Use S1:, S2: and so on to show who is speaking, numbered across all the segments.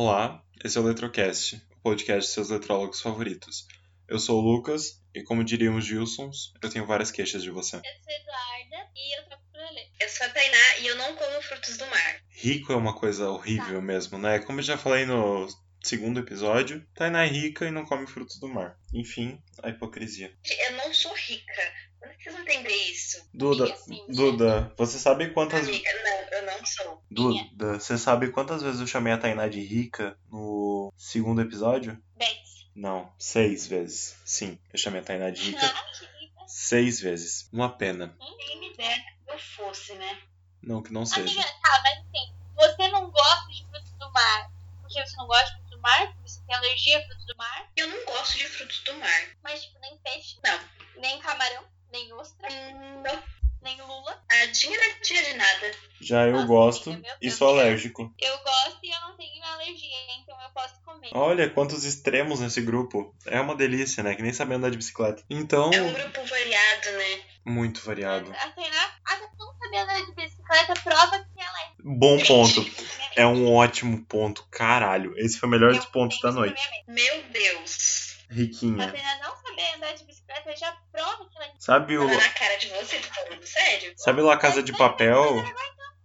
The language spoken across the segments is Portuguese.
S1: Olá, esse é o Eletrocast, o podcast de seus eletrólogos favoritos. Eu sou o Lucas e, como diriam os Gilsons, eu tenho várias queixas de você.
S2: Eu sou é Eduarda e eu troco por Ale.
S3: Eu sou a Tainá e eu não como frutos do mar.
S1: Rico é uma coisa horrível mesmo, né? Como eu já falei no segundo episódio, Tainá é rica e não come frutos do mar. Enfim, a hipocrisia.
S3: Gente, Eu não sou rica. é Eu preciso entender isso.
S1: Duda,
S2: Amiga, sim,
S1: Duda, você sabe quantas
S3: Amiga, não, eu não sou.
S1: Duda, você sabe quantas vezes eu chamei a Tainá de rica no segundo episódio?
S2: Bets.
S1: Não, seis vezes. Sim, eu chamei a Tainá de rica
S2: Ah, que rica.
S1: seis vezes. Uma pena.
S3: Quem me dera que eu fosse, né?
S1: Não que não seja.
S2: Amiga, tá, mas assim, você não gosta de frutos do mar porque você não gosta de frutos do mar, porque você tem alergia a frutos do mar,
S3: Eu não gosto de frutos do mar.
S2: mas tipo, nem peixe,
S3: Não.
S2: nem camarão, nem ostra,
S3: Não.
S2: nem lula.
S3: Tadinha da tia Então, de nada.
S1: Já eu
S2: Nossa,
S1: gosto
S2: amiga, meu
S1: e
S2: Deus.
S1: sou alérgico.
S2: Eu gosto e eu não tenho alergia, então eu posso comer.
S1: Olha quantos extremos nesse grupo. É uma delícia, né? Que nem saber andar de bicicleta. Então,
S3: É um grupo variado, né?
S1: muito
S2: Mas
S1: variado.
S2: A Tainá, a Tainá não sabia andar de bicicleta, prova que ela é.
S1: Bom Um ponto. É um ótimo ponto, caralho. Esse foi o melhor dos pontos da noite. né?
S3: Meu Deus.
S2: A
S1: Riquinha.
S2: Tainá não sabia andar de bicicleta, já prova que ela é.
S1: Sabe o
S3: Olha na cara de você, tô falando sério.
S1: Sabe La Casa de Papel?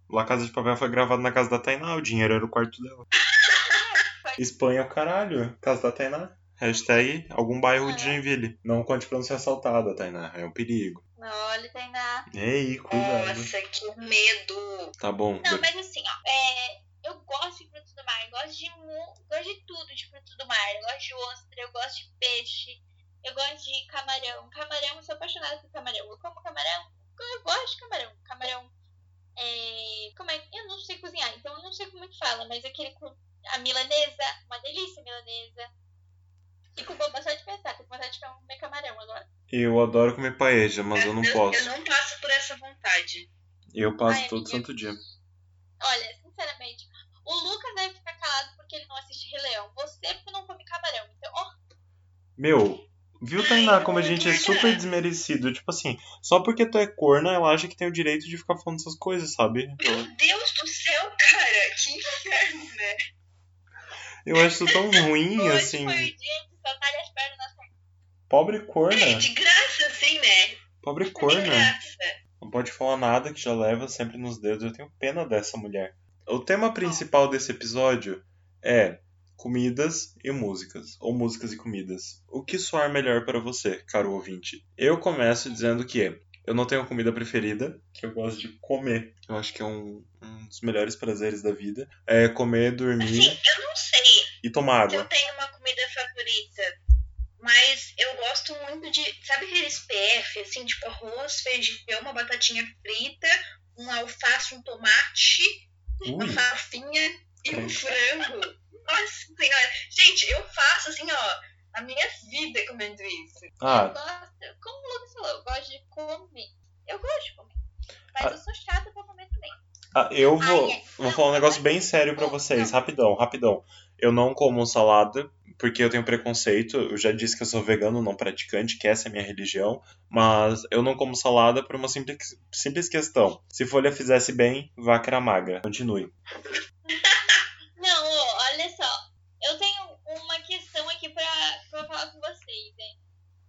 S1: La Casa de Papel foi gravado na casa da Tainá, o dinheiro era o quarto dela. Espanha é o caralho, casa da Tainá. Hashtag algum bairro de Joinville. Não conte pra não ser assaltada, Tainá. É um perigo.
S2: Olha, Tainá.
S1: Ei, cuidado.
S3: Nossa, que medo.
S1: Tá bom.
S2: Não, mas assim, ó, é, eu gosto de frutos do mar, eu gosto de mu- gosto de tudo de frutos do mar. Eu gosto de ostra, eu gosto de peixe, eu gosto de camarão. Camarão, eu sou apaixonada por camarão. Eu como camarão, eu gosto de camarão. Camarão é. Como é? Eu não sei cozinhar, então eu não sei como é que fala, mas aquele com. A milanesa, uma delícia a milanesa. Fico boba só de pensar, tô com vontade de comer um camarão agora.
S1: Eu adoro comer paeja, mas eu não
S3: Eu
S1: posso.
S3: não passo por essa vontade.
S1: Eu
S2: Ai,
S1: passo todo
S2: amiga.
S1: santo dia.
S2: Olha, sinceramente, o Lucas deve ficar calado porque ele não assiste Rei Leão. Você porque não come camarão. Então, ó,
S1: Meu, viu, Tainá, como a gente é super desmerecido? Tipo assim, só porque tu é corna, ela acha que tem o direito de ficar falando essas coisas, sabe? Eu-
S3: Meu Deus do céu, cara. Que inferno, né?
S1: Eu acho isso tão ruim,
S2: Hoje
S1: assim.
S2: foi o dia de soltar as pernas na frente.
S1: Pobre corna.
S3: É, de graça, assim, né?
S1: Pobre
S3: De
S1: corna.
S3: graça.
S1: Não pode falar nada que já leva sempre nos dedos. Eu tenho pena dessa mulher. O tema principal desse episódio é comidas e músicas. Ou músicas e comidas. O que soar melhor para você, caro ouvinte? Eu começo dizendo que eu não tenho comida preferida, que eu gosto de comer. Eu acho que é um, um dos melhores prazeres da vida. É comer, dormir
S3: Assim, eu não sei
S1: e tomar
S3: se eu
S1: água.
S3: tenho uma comida favorita, mas eu gosto muito de. Sabe aqueles PF, assim, tipo arroz, feijão, uma batatinha frita, um alface, um tomate,
S1: Ui,
S3: uma farofinha e um
S1: Credo.
S3: frango? Nossa senhora. Gente, eu faço assim, ó, a minha vida comendo isso.
S2: Eu
S1: ah,
S2: gosto, como o Lucas falou, eu gosto de comer. Eu gosto de comer. Mas
S1: Ah.
S2: eu sou chata pra comer também.
S1: Ah, eu
S2: Ai,
S1: vou,
S2: é.
S1: vou falar um negócio bem sério pra
S2: Não,
S1: vocês,
S2: não.
S1: rapidão, rapidão. Eu não como um salada porque eu tenho preconceito. Eu já disse que eu sou vegano, não praticante, que essa é a minha religião. Mas eu não como salada por uma simples, simples questão. Se folha fizesse bem, vaca magra. Continue.
S2: Não, ô, olha só. Eu tenho uma questão aqui pra, pra falar com vocês, hein?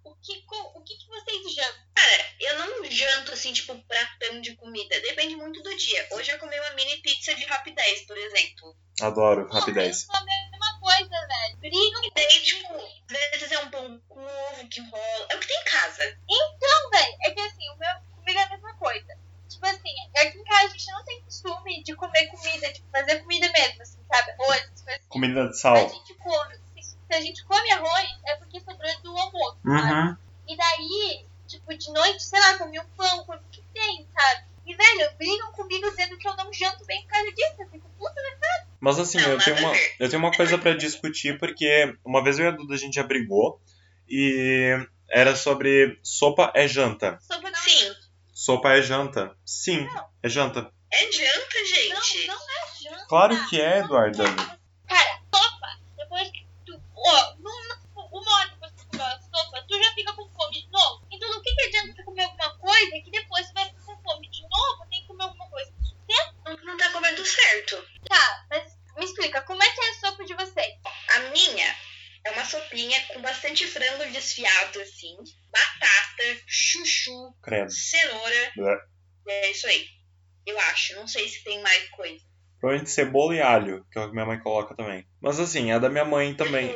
S2: O que, co- o que, que vocês jantam?
S3: Cara, eu não janto assim, tipo, pratão de comida. Depende muito do dia. Hoje eu comi uma mini pizza de rapidez, por exemplo.
S1: Adoro
S2: Não,
S1: rapidez.
S2: mas é a mesma coisa, velho. Briga
S3: E daí, tipo, às vezes é um pão com ovo que rola. É o que tem em casa.
S2: Não, velho, é que assim, o meu, comigo é a mesma coisa. Tipo assim, aqui em casa a gente não tem costume de comer comida, tipo, fazer comida mesmo, assim, sabe? Arroz, essas coisas assim.
S1: Comida de
S2: A
S1: sal.
S2: gente come. Se, se a gente come arroz, é porque sobrou do almoço, sabe?
S1: Uhum.
S2: E daí, tipo, de noite, sei lá, comi um pão, comi o que tem, sabe? E, velho, brigam comigo dizendo que eu não janto bem por causa disso. Eu fico puta, né?
S1: Mas assim,
S3: Não,
S1: eu tenho,
S3: nada a
S1: uma,
S3: ver.
S1: eu tenho uma coisa pra discutir, porque uma vez eu e a Duda a gente já brigou e era sobre sopa é janta.
S2: Sobre não.
S3: Sim,
S1: Sopa é janta? Sim, é janta.
S3: é janta, gente.
S2: Não, não é janta.
S1: Claro que é,
S2: Não
S1: Eduarda.
S2: Cara, sopa, depois que tu. Ó, numa- uma hora depois que tu comer a sopa, tu já fica com fome de novo. Então não que que adianta tu comer alguma coisa que depois tu vai ficar com fome de novo, tem que comer alguma coisa.
S3: Não, não tá comendo certo.
S2: Tá, mas me explica, como é que é a sopa de
S3: é sopinha com bastante frango desfiado, assim, batata, chuchu,
S1: Credo.
S3: cenoura.
S1: Blé.
S3: É isso aí. Eu acho. Não sei se tem mais coisa.
S1: Provavelmente cebola e alho, que é o que minha mãe coloca também. Mas assim, a da minha mãe também.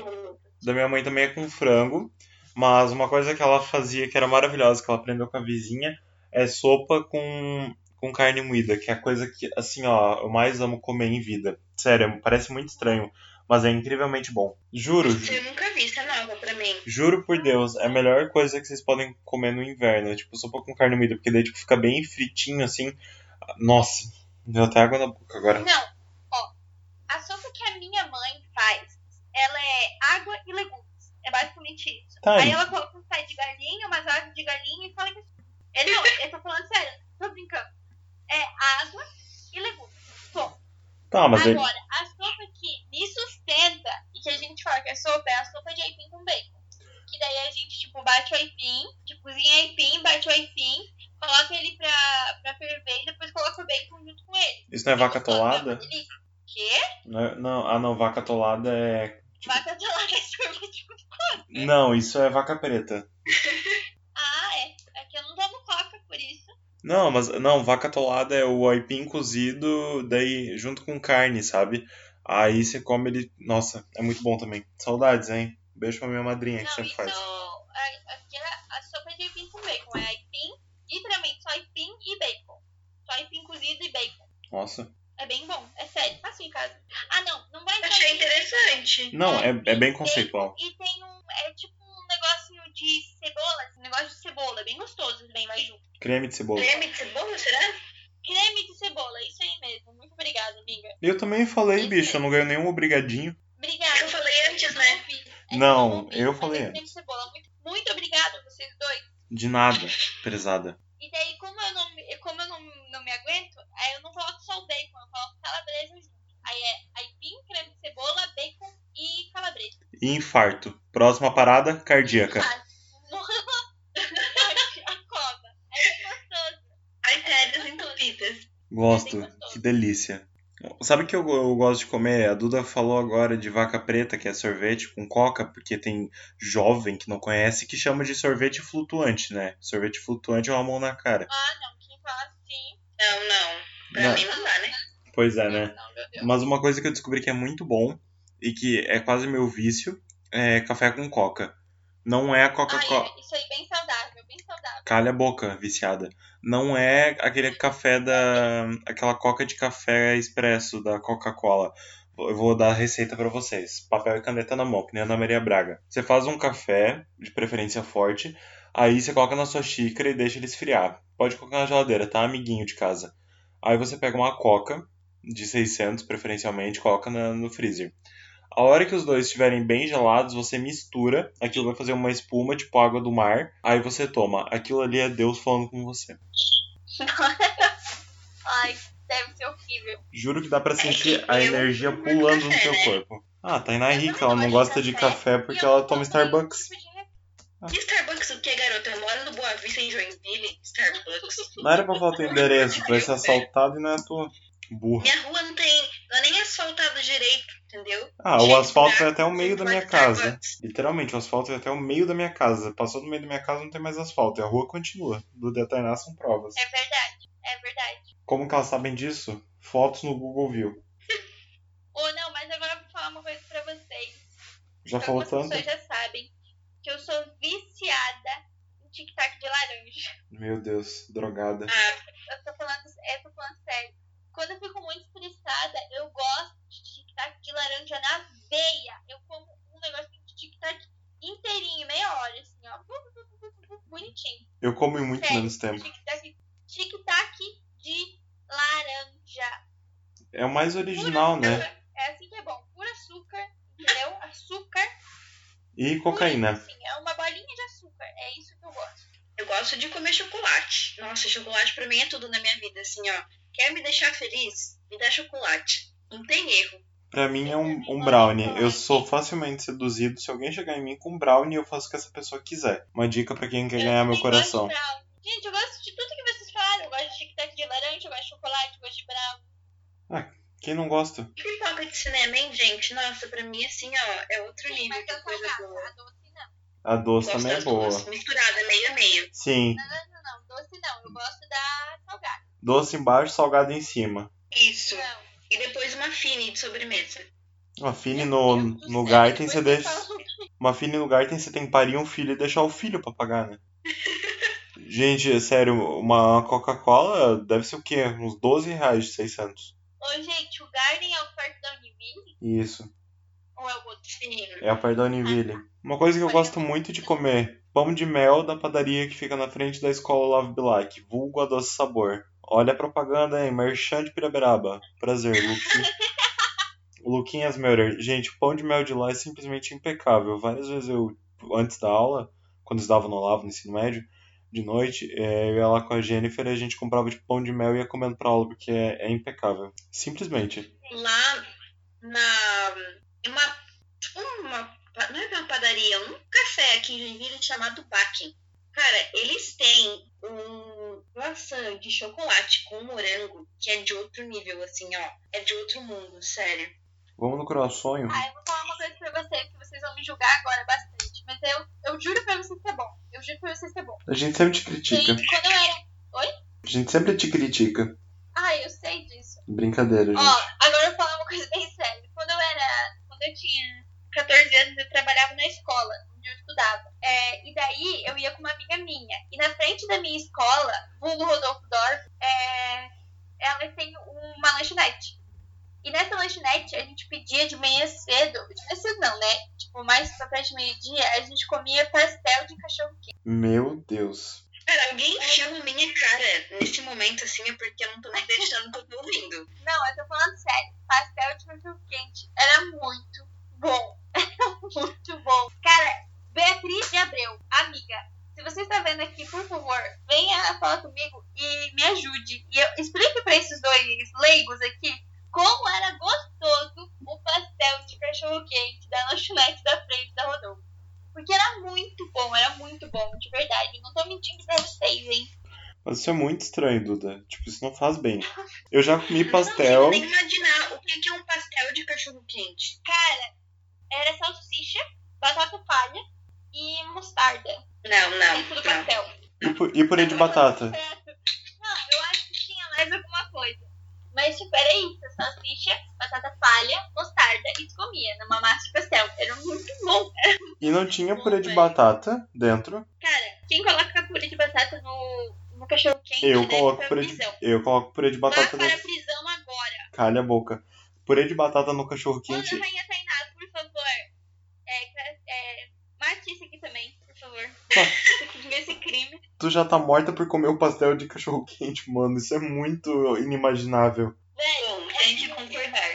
S1: da minha mãe também é com frango, mas uma coisa que ela fazia que era maravilhosa, que ela aprendeu com a vizinha, é sopa com, com carne moída, que é a coisa que, assim, ó, eu mais amo comer em vida. Sério, parece muito estranho, mas é incrivelmente bom. Juro, ju-
S3: Eu nunca vi, isso é nova pra mim.
S1: juro por Deus, é a melhor coisa que vocês podem comer no inverno, é, tipo, sopa com carne moída, porque daí, tipo, fica bem fritinho, assim. Nossa, deu até água na boca agora.
S2: Não, ó. A sopa que a minha mãe faz, ela é água e legumes. É basicamente isso.
S1: Tá
S2: Aí
S1: aí.
S2: ela coloca um pé de galinha, umas asas de galinha e fala que é sopa. É, não, eu tô falando sério, tô brincando. É água e legumes. Bom,
S1: Tá, mas ele...
S2: agora, a sopa que me sustenta e que a gente fala que é sopa é a sopa de aipim com bacon. Que daí a gente, tipo, bate o aipim, tipo, cozinha aipim, bate o aipim, coloca ele pra, pra ferver e depois coloca o bacon junto com ele.
S1: isso não é vaca
S2: É uma
S1: atolada?
S2: delícia. Quê?
S1: Não, é- não, ah não, vaca atolada é
S2: Vaca atolada é sorvete com...
S1: Não, isso é vaca preta.
S2: Ah, é. É que eu não tomo coca por isso.
S1: Não, mas não, vaca atolada é o aipim cozido, daí junto com carne, sabe? Aí você come ele. Nossa, é muito bom também. Saudades, hein? Beijo pra minha madrinha é que
S2: não, então,
S1: sempre
S2: isso...
S1: faz.
S2: a- Aqui é a sopa de aipim com bacon. É aipim, literalmente só aipim e bacon. Só aipim cozido e bacon.
S1: Nossa.
S2: É bem bom, é sério. Faça em casa. Ah, não, não vai
S3: Achei
S2: sair.
S3: interessante.
S1: Não, é, é bem conceitual.
S2: E tem um, é tipo um negocinho de cebola, assim, um negócio de cebola, é bem gostoso, bem mais junto.
S1: Creme de cebola.
S3: Creme de cebola, será?
S2: Creme de cebola, isso aí mesmo. Muito obrigada, amiga.
S1: Eu também falei,
S2: Isso.
S1: bicho, eu não ganho nenhum obrigadinho.
S2: Obrigada.
S3: Eu falei antes, né?
S2: É
S1: Não,
S2: que ouvi,
S1: eu
S2: mas
S1: falei
S2: creme de cebola. Muito, muito obrigada, vocês dois.
S1: De nada, prezada.
S2: E daí, como eu não, me- como eu não, não me aguento, aí eu não coloco só o bacon, eu coloco calabresa junto. Aí é aipim, creme de cebola, bacon e calabresa.
S1: E infarto. Próxima parada, cardíaca.
S2: Morte, a cova. É bem gostoso.
S3: Artérias entupidas.
S1: Gosto,
S2: Bem gostoso.
S1: que delícia. Sabe o que eu, eu gosto de comer? A Duda falou agora de vaca preta, que é sorvete com coca, porque tem jovem que não conhece que chama de sorvete flutuante, né? Sorvete flutuante é uma mão na cara.
S2: Ah, não, quem fala assim.
S3: Não, não. Pra
S1: Não,
S3: mim não dá, né?
S1: pois é, né?
S2: Não, meu Deus.
S1: Mas uma coisa que eu descobri que é muito bom e que é quase meu vício é café com coca. Não é a Coca-Cola.
S2: Ai, isso aí, bem saudável, bem saudável.
S1: Calha a boca, viciada. Não é aquele café da. aquela coca de café expresso da Coca-Cola. Eu vou dar a receita pra vocês. Papel e caneta na mão, que nem a Ana Maria Braga. Você faz um café, de preferência forte, aí você coloca na sua xícara e deixa ele esfriar. Pode colocar na geladeira, tá, amiguinho de casa? Aí você pega uma coca, de 600 preferencialmente, coloca na- no freezer. A hora que os dois estiverem bem gelados, você mistura. Aquilo vai fazer uma espuma, tipo água do mar. Aí você toma. Aquilo ali é Deus falando com você.
S2: Ai, deve ser horrível.
S1: Juro que dá pra sentir
S3: que
S1: a
S3: eu
S1: energia
S3: não gosto de
S1: pulando no
S3: café,
S1: teu
S3: né?
S1: corpo. Ah, Tainá é
S2: Eu
S1: rica,
S2: também
S1: ela
S2: não
S1: não
S2: gosto
S1: gosta de
S2: de
S1: café
S2: E
S1: porque
S2: eu
S1: ela
S2: não
S1: toma
S2: tomo nenhum
S1: Starbucks.
S2: tipo de
S3: Que Starbucks o que, garota? Eu moro no Boa Vista, em Joinville. Starbucks.
S1: Não era pra falar teu endereço, tu vai ser assaltado e não é a tua. Burra.
S3: Minha rua não tem. Ela nem é asfaltada direito, entendeu?
S1: Ah, o
S3: Gente,
S1: asfalto vai
S3: dá-
S1: até o meio da
S3: Mas
S1: minha casa.
S3: Starbucks.
S1: Literalmente, o asfalto vai até o meio da minha casa. Passou do meio da minha casa, não tem mais asfalto. E a rua continua. Do e a Tainá são provas.
S2: É verdade, é verdade.
S1: Como que elas sabem disso? Fotos no Google View.
S2: Ou não, mas agora eu vou falar uma coisa pra vocês.
S1: Já
S2: que
S1: falou
S2: Algumas
S1: tanto?
S2: pessoas já sabem que eu sou viciada em tic-tac de laranja.
S1: Meu Deus, drogada.
S3: Ah,
S2: Eu tô falando, eu tô falando sério. Quando eu fico muito estressada, eu gosto de tic-tac de laranja na veia. Eu como um negocinho de tic-tac inteirinho, meia hora, assim, ó. Bonitinho.
S1: Eu como em muito
S2: Sério.
S1: menos tempo.
S2: Tic-tac tic-tac de laranja.
S1: É o mais
S2: Puro
S1: original, né?
S2: açúcar. É assim que é bom. Puro açúcar, entendeu? Açúcar.
S1: E
S2: puro,
S1: cocaína.
S2: Assim, é uma bolinha de açúcar. É isso que eu gosto.
S3: eu gosto de comer chocolate. Nossa, chocolate pra mim é tudo na minha vida, assim, ó. Quer me deixar feliz? Me dá chocolate. Não tem erro.
S1: Pra mim é um, um brownie. Eu sou facilmente seduzido. Se alguém chegar em mim com um brownie, eu faço o que essa pessoa quiser. Uma dica pra quem quer ganhar meu
S2: Eu gosto de
S1: coração.
S2: brownie. Gente, eu gosto de tudo que vocês falaram. Eu gosto de tic-tac de laranja, eu gosto de chocolate, eu gosto de brownie.
S1: Quem não gosta?
S3: E pipoca de cinema, hein, gente? Nossa, pra mim, assim, ó, é outro
S2: Sim,
S3: nível
S2: mas
S3: de
S2: eu
S3: coisa
S2: só
S3: boa.
S2: gosto. A doce não.
S1: A doce
S3: Gosto
S1: também é
S3: das
S1: boa.
S3: duas, misturada, meio a meio.
S1: Sim,
S2: Não, não, não, não. Doce não. Eu gosto da salgada.
S1: doce embaixo, salgado em cima.
S3: Isso.
S2: Não.
S3: E depois uma fine de sobremesa.
S1: Uma fine
S2: Meu
S1: no,
S2: Deus
S1: no
S2: do céu,
S1: lugar tem
S2: depois
S1: você
S2: eu
S1: deixa.
S2: falo
S1: Uma fine no lugar tem você tem que parir um filho e deixar o filho pra pagar, né? Gente, sério, uma Coca-Cola deve ser o quê? Uns 12 reais de 600.
S2: Ô, gente, o Garden é o quarto da Univille?
S1: Isso,
S2: Ou é o outro?
S3: Sim.
S1: é a Pardoniville. Uma coisa que eu gosto muito de comer: pão de mel da padaria que fica na frente da escola Love Bilac, vulgo a doce sabor. Olha a propaganda, hein? Merchan de Piraberaba. Prazer, Luqui... Luquinhas Meurer. Gente, o pão de mel de lá é simplesmente impecável. Várias vezes eu, antes da aula, quando estudava no Olavo, no ensino médio, de noite, eh, eu ia lá com a Jennifer e a gente comprava de pão de mel e ia comendo pra aula, porque é, é impecável. Simplesmente.
S3: Lá na. é Uma, tipo uma. Não é uma padaria, é um café aqui em Joinville chamado Bakken. Cara, eles têm um croissant de chocolate com morango que é de outro nível, assim, ó. É de outro mundo, sério.
S1: Vamos no croissonho?
S2: Ah, eu vou falar uma coisa pra vocês, que vocês vão me julgar agora bastante. Mas eu, eu juro pra vocês que é bom. Eu juro pra vocês que é bom.
S1: A gente sempre te
S2: Gente,
S1: critica.
S2: quando eu era...
S1: A gente sempre te critica.
S2: Ah, eu sei disso.
S1: Brincadeira,
S2: Ó,
S1: gente.
S2: agora eu vou falar uma coisa bem séria. Quando eu era. Quando eu tinha 14 anos, eu trabalhava na escola, onde eu estudava. É, e daí eu ia com uma amiga minha. E na frente da minha escola, vulgo Rodolfo Dorf, é, ela tem uma lanchonete. E nessa lanchonete a gente pedia de manhã cedo. De manhã cedo não, né? Tipo, mais pra perto de meio-dia, a gente comia pastel de cachorro quente.
S1: Meu Deus.
S3: Cara, alguém chama minha cara nesse momento, assim, é porque eu não tô me deixando, tô me ouvindo.
S2: Não, eu tô falando sério. Pastel de cachorro quente era muito bom. Era muito bom. Cara, Beatriz de Abreu, amiga, se você está vendo aqui, por favor, venha falar comigo e me ajude. E eu explique pra esses dois leigos aqui como era gostoso o pastel de cachorro quente da lanchonete da frente da Rodolfo. Porque era muito bom, era muito bom, de verdade. Não tô mentindo pra vocês, hein?
S1: Mas isso é muito estranho, Duda. Tipo, isso não faz bem. Eu já comi
S3: Eu
S1: pastel.
S3: não consigo nem imaginar o que que é um pastel de cachorro quente.
S2: Cara, era salsicha, batata palha e mostarda
S3: Não, não.
S1: Ah.
S2: dentro do
S3: não.
S2: pastel.
S1: E, pu- e purê de batata.
S2: Não, eu acho que tinha mais alguma coisa. Mas tipo, era isso, salsicha, batata palha, mostarda e tu comia numa massa de pastel. Era muito bom.
S1: E não tinha purê de batata dentro.
S2: Cara, quem coloca purê de batata no, no cachorro quente
S1: Eu
S2: deve
S1: coloco
S2: pra
S1: purê de,
S2: prisão.
S1: eu coloco purê de batata
S2: Vá para a
S1: dentro.
S2: prisão agora.
S1: Calha a boca. Purê de batata no cachorro quente.
S2: Ana Rainha Tainá, por favor. É, ca- é, mate isso aqui também, por favor. Isso aqui devia ser crime.
S1: Tu já tá morta por comer o pastel de cachorro quente, mano. Isso é muito inimaginável.
S2: Velho.
S3: Bom, tem que concordar.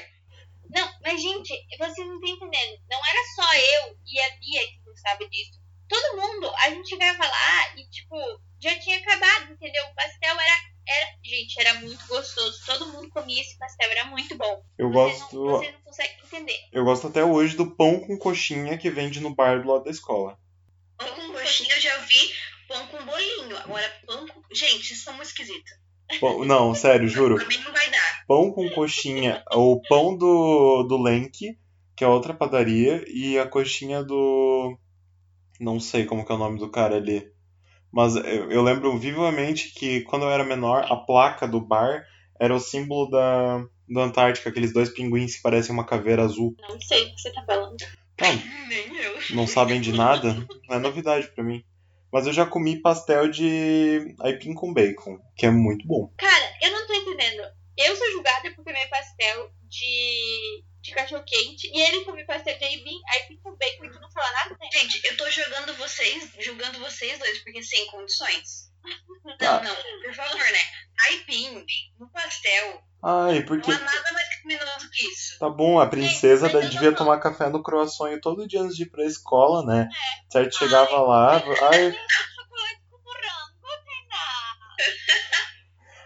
S2: Não, mas gente, vocês não estão entendendo. Não era só eu e a Bia que gostava disso. Todo mundo, a gente chegava lá e, tipo, já tinha acabado, entendeu? O pastel era. era gente, era muito gostoso. Todo mundo comia esse pastel, era muito bom.
S1: Eu
S2: Vocês
S1: gosto.
S2: Não, vocês não conseguem entender.
S1: Eu gosto até hoje do pão com coxinha que vende no bar do lado da escola.
S3: Pão com coxinha eu já vi, pão com bolinho. Agora, pão com. Gente, vocês
S2: é
S3: são muito esquisitos.
S1: Pão- não, sério, juro.
S3: Pra mim não vai dar.
S1: pão com coxinha, o pão do, do Lenk, que é outra padaria, e a coxinha do. Não sei como que é o nome do cara ali. Mas eu, eu lembro vivamente que quando eu era menor, a placa do bar era o símbolo da, da Antártica, aqueles dois pinguins que parecem uma caveira azul.
S2: Não sei do que você tá falando.
S1: Não,
S3: Nem eu.
S1: não sabem de nada? Não é novidade pra mim. Mas eu já comi pastel de aipim com bacon, que é muito bom.
S2: Cara, eu não tô entendendo. Eu sou julgada por comer pastel de. de cachorro quente e ele come pastel de aipim, aipim com bacon e tu não fala nada, né?
S3: Gente, eu tô jogando vocês, julgando vocês dois, porque sem condições.
S1: Tá.
S3: Não, não, por favor, né? Aipim, no pastel,
S1: Ai, porque
S3: não há nada mais criminoso que isso.
S1: Tá bom, a princesa
S2: Gente,
S1: da-
S2: É, mas eu
S1: devia
S2: não-
S1: tomar café no croissant todo dia antes de ir pra escola, né?
S2: É.
S1: Certo, chegava lá, ai,
S2: chocolate com morango, Tainá.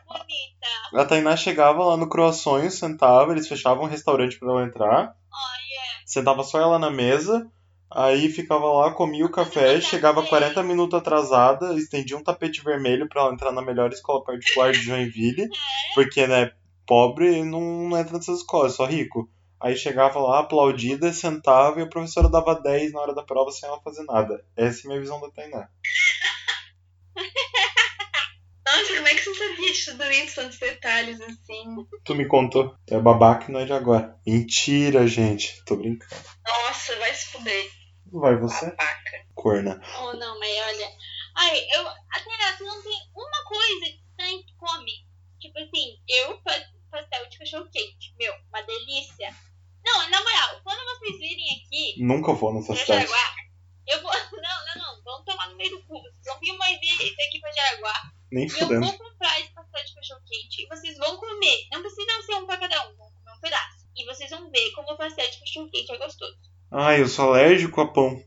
S2: Bonita.
S1: a Tainá chegava lá no croissant, sentava, eles fechavam o restaurante pra ela entrar,
S2: Olha.
S1: sentava só ela na mesa, aí ficava lá, comia o café, chegava 40 minutos atrasada, estendia um tapete vermelho pra ela entrar na melhor escola particular de Joinville, porque, né, pobre não, não entra nessas escolas, só rico. Aí chegava lá, aplaudida, sentava e a professora dava 10 na hora da prova sem ela fazer nada. Essa é a minha visão da Tainá.
S3: Nossa, como é que você sabia de tudo isso, tantos detalhes assim?
S1: Tu me contou. Tu é babaca e não é de agora. Mentira, gente. Tô brincando.
S3: Nossa, vai se fuder,
S1: Vai você,
S3: babaca.
S1: corna.
S2: Oh, não, mas olha. Ai, eu. Até tu não tem uma coisa que você come. Tipo assim, eu faço pastel de cachorro quente. Meu, uma delícia. Não, na moral, quando vocês virem aqui
S1: Nunca vou
S2: pra
S1: nessas festas.
S2: Jaraguá, eu vou. Não, não, não. Vamos tomar no meio do cu. Vocês vão vir uma vez aqui pra Jaraguá.
S1: Nem
S2: E eu
S1: fudendo.
S2: vou comprar esse pastel de cachorro quente e vocês vão comer. Não precisa ser um pra cada um, vão comer um pedaço. E vocês vão ver como o pastel de cachorro quente é gostoso.
S1: Ai, eu sou alérgico a pão.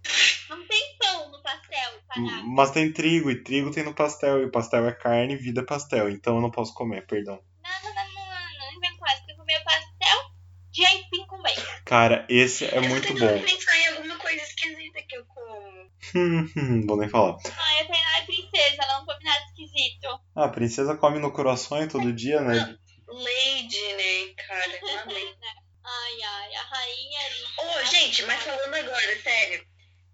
S2: Não tem pão Então, no pastel, caraca.
S1: Mas tem trigo, e trigo tem no pastel, e pastel é carne, vida é pastel, então eu não posso comer, perdão.
S2: Não, não, não, não, não, não inventar. Você tem que comer pastel de aipim com bacon.
S1: Cara, esse é
S3: eu
S1: muito
S3: tô tentando
S1: bom.
S3: pensar em alguma coisa esquisita que eu como.
S1: Hum, hum, vou nem falar.
S2: Ai, a Tainá é princesa, ela não come nada esquisito.
S1: Ah, a princesa come no coração todo dia, né?
S3: Lady, né, cara? Uma lady.
S2: Ai, ai, a rainha ali.
S3: Ô, gente, mas falando agora, sério.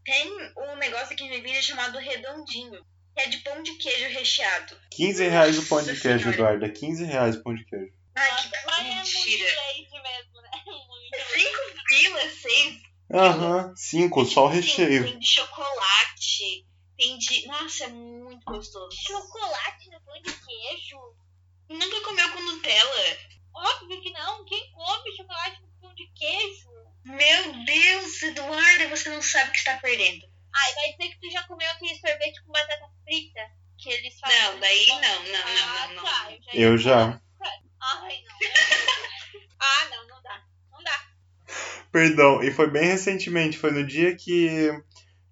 S3: Tem um negócio aqui em Joinville chamado redondinho. Que é de pão de queijo recheado.
S1: 15 reais o pão de
S3: Nossa
S1: queijo,
S3: Senhora.
S1: Eduarda. 15 reais o pão de queijo.
S3: Ai, que
S2: Nossa, Mas é muito
S3: mentira.
S2: leite mesmo, né? Muito leite.
S3: Cinco pilas, seis.
S1: Aham, 5, só o recheio.
S3: Tem de chocolate. Tem de... Nossa, é muito gostoso.
S2: Chocolate no pão de queijo?
S3: Nunca comeu com Nutella?
S2: Óbvio que não. Quem come chocolate no pão de queijo?
S3: Meu Deus, Eduarda, você não sabe o que está perdendo.
S2: Ai, vai dizer que tu já comeu aquele sorvete com batata frita? Que eles fazem.
S3: Não, daí não, não,
S2: Ah,
S3: não, não, não.
S2: tá. já ia
S1: Eu já.
S2: falar. Ai, não. ah, não, não dá. Não dá.
S1: Perdão, e foi bem recentemente, foi no dia que,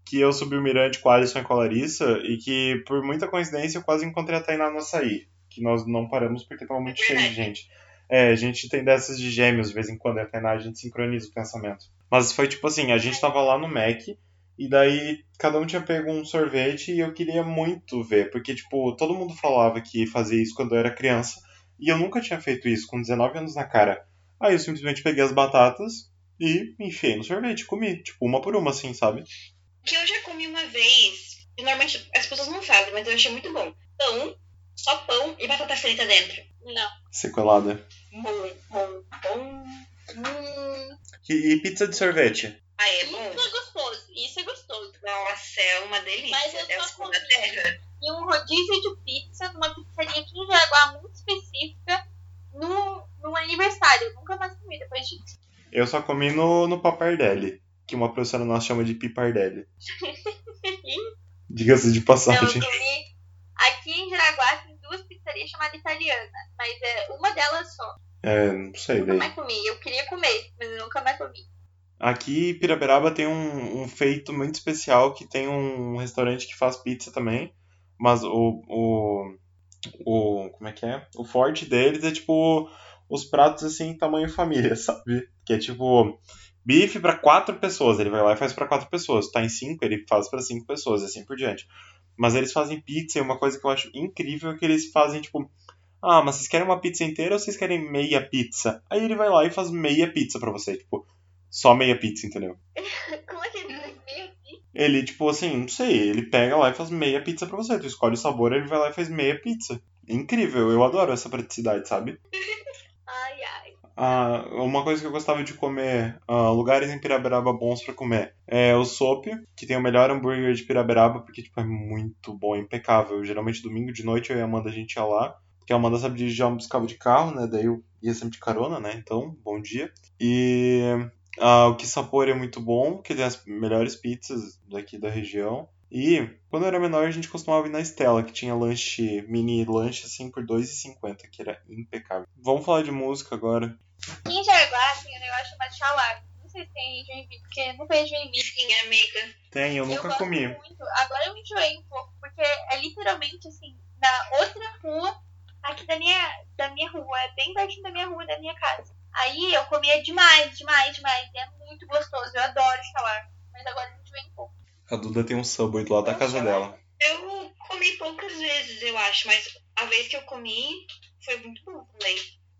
S1: que eu subi o Mirante com a Alisson e com a Larissa, e que por muita coincidência eu quase encontrei a Tainá no açaí. Que nós não paramos porque tava muito cheio de gente. É, a gente tem dessas de gêmeos de vez em quando, e a Tainá a gente sincroniza o pensamento. Mas foi tipo assim, a gente tava lá no Mac, e daí cada um tinha pego um sorvete e eu queria muito ver, porque tipo, todo mundo falava que fazia isso quando eu era criança, e eu nunca tinha feito isso, com 19 anos na cara. Aí eu simplesmente peguei as batatas e me enfiei no sorvete, comi, tipo, uma por uma assim, sabe?
S3: que eu já comi uma vez, e normalmente as pessoas não fazem, mas eu achei muito bom. Pão, só pão e batata frita dentro.
S2: Não.
S1: Sequelada.
S3: Bom, bom, bom. Hum.
S1: E, e pizza de sorvete?
S3: Ah, é bom?
S2: Isso é gostoso. Isso é gostoso.
S3: Nossa, é uma delícia.
S2: Mas eu
S3: é o
S2: só
S3: suco
S2: comi.
S3: da terra.
S2: e um rodízio de pizza numa pizzaria aqui em Jaraguá muito específica num, num aniversário. Eu nunca mais comi depois disso.
S1: Eu só comi no, no papardelli, que uma professora nossa chama de pipardelli. Diga-se de
S2: Não,
S1: passagem.
S2: eu comi. Aqui em Jaraguá tem duas pizzarias chamadas italiana, mas é uma delas só.
S1: É, não sei
S2: Nunca
S1: daí.
S2: mais comi. Eu queria comer, mas eu nunca mais comi.
S1: Aqui em Piraberaba tem um, um feito muito especial que tem um restaurante que faz pizza também, mas o, o, o como é que é? O forte deles é tipo os pratos assim tamanho família, sabe? Que é tipo bife pra quatro pessoas, ele vai lá e faz pra quatro pessoas. Tá em cinco, ele faz pra cinco pessoas, e assim por diante. Mas eles fazem pizza e uma coisa que eu acho incrível é que eles fazem tipo ah, mas vocês querem uma pizza inteira ou vocês querem meia pizza? Aí ele vai lá e faz meia pizza pra você, tipo só meia pizza, entendeu?
S2: Como é que ele
S1: Ele, tipo assim, não sei, ele pega lá e faz meia pizza pra você. Tu escolhe o sabor, ele vai lá e faz meia pizza. É Incrível, eu adoro essa praticidade, sabe?
S2: Ai, ai.
S1: Ah, uma coisa que eu gostava de comer, ah, lugares em Piraberaba bons pra comer, é o Sop, que tem o melhor hambúrguer de Piraberaba, porque, tipo, é muito bom, impecável. Geralmente, domingo de noite, eu e a Amanda, a gente ia lá, porque a Amanda sabe dirigir um buscava de carro, né? Daí eu ia sempre de carona, né? Então, bom dia. E ah, o que Sapori é muito bom, que tem as melhores pizzas daqui da região. E quando eu era menor, a gente costumava ir na Estela, que tinha lanche, mini lanche assim por R$2,50, que era impecável. Vamos falar de música agora.
S2: Aqui em Jaraguá tem um negócio chamado xalá. Não sei se tem em Joinville, porque eu nunca fez Joinville.
S3: Sim, amiga.
S1: Tem, eu
S2: eu
S1: nunca
S2: gosto
S1: comi.
S2: Muito. Agora eu me enjoei um pouco, porque é literalmente assim, na outra rua, aqui da minha, da minha rua, é bem pertinho da minha rua, da minha casa. Aí eu comia demais, demais, demais. E é muito gostoso, eu adoro falar. Mas agora eu me enjoei um pouco.
S1: A Duda tem um Subway do lado da casa dela.
S3: Eu comi poucas vezes, eu acho, mas a vez que eu comi foi muito bom também.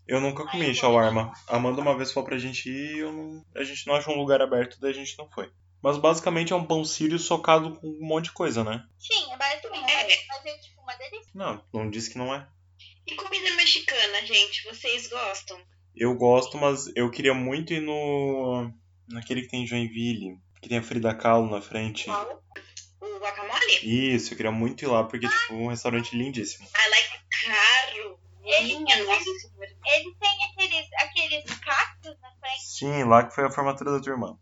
S1: Eu nunca comi shawarma. A Amanda uma vez falou pra gente ir e eu não- a gente não achou um lugar aberto, daí a gente não foi. Mas basicamente é um pão sírio socado com um monte de coisa, né?
S2: Sim, é basicamente.
S3: É.
S2: Mas é tipo uma delícia.
S1: Não, não disse que não é.
S3: E comida mexicana, gente, vocês gostam?
S1: Eu gosto, mas eu queria muito ir no. naquele que tem em Joinville, que tem a Frida Kahlo na frente.
S3: Qual? O guacamole?
S1: Isso, eu queria muito ir lá, porque, tipo, um restaurante lindíssimo.
S3: I like caro.
S2: Ele- é
S3: Minha nossa senhora.
S2: Ele tem aqueles, aqueles cactos na frente.
S1: Sim, lá que foi a formatura da tua irmã.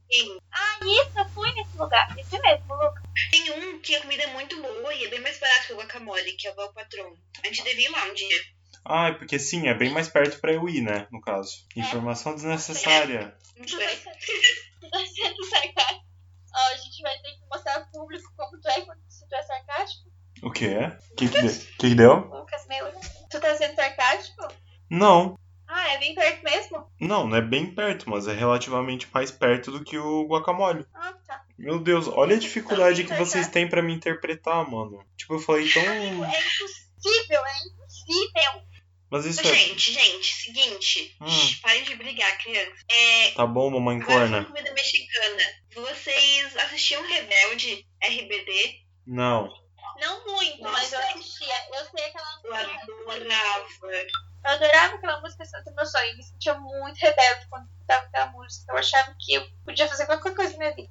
S2: Ah, isso, eu fui nesse lugar. Isso mesmo, Lucas.
S3: Tem um que a comida é muito boa e é bem mais barato que o guacamole, que é o Valpatron. A gente devia ir lá um dia.
S1: Ah, é porque sim, é bem mais perto pra eu ir, né? No caso. Informação desnecessária.
S3: Muito
S2: Tu
S3: bem.
S2: vai sendo- tu vai sendo sarcástico. Ó, a gente vai ter que mostrar ao público como tu é quando se tu é sarcástico.
S1: O quê? O que, que deu? O que, que deu?
S2: Lucas, meu. Tu tá sendo sarcástico?
S1: Não.
S2: Ah, é bem perto mesmo?
S1: Não, não é bem perto, mas é relativamente mais perto do que o guacamole.
S2: Ah, tá.
S1: Meu Deus, olha a dificuldade que vocês têm pra me interpretar, mano. Tipo, eu falei tão.
S2: É impossível, é impossível.
S1: Mas isso é.
S3: Gente, gente, seguinte.
S1: Hum.
S3: Shh, Parem de brigar, criança. É,
S1: Tá bom, mamãe
S3: agora falando
S1: corna.
S3: de comida mexicana. Vocês assistiam Rebelde, RBD?
S1: Não.
S2: Não muito, mas eu assistia. Eu sei aquela
S3: Eu
S2: música.
S3: adorava.
S2: Eu adorava aquela música Santo Meu Sonho. Eu me sentia muito rebelde quando escutava aquela música. Eu achava que eu podia fazer qualquer coisa na minha vida.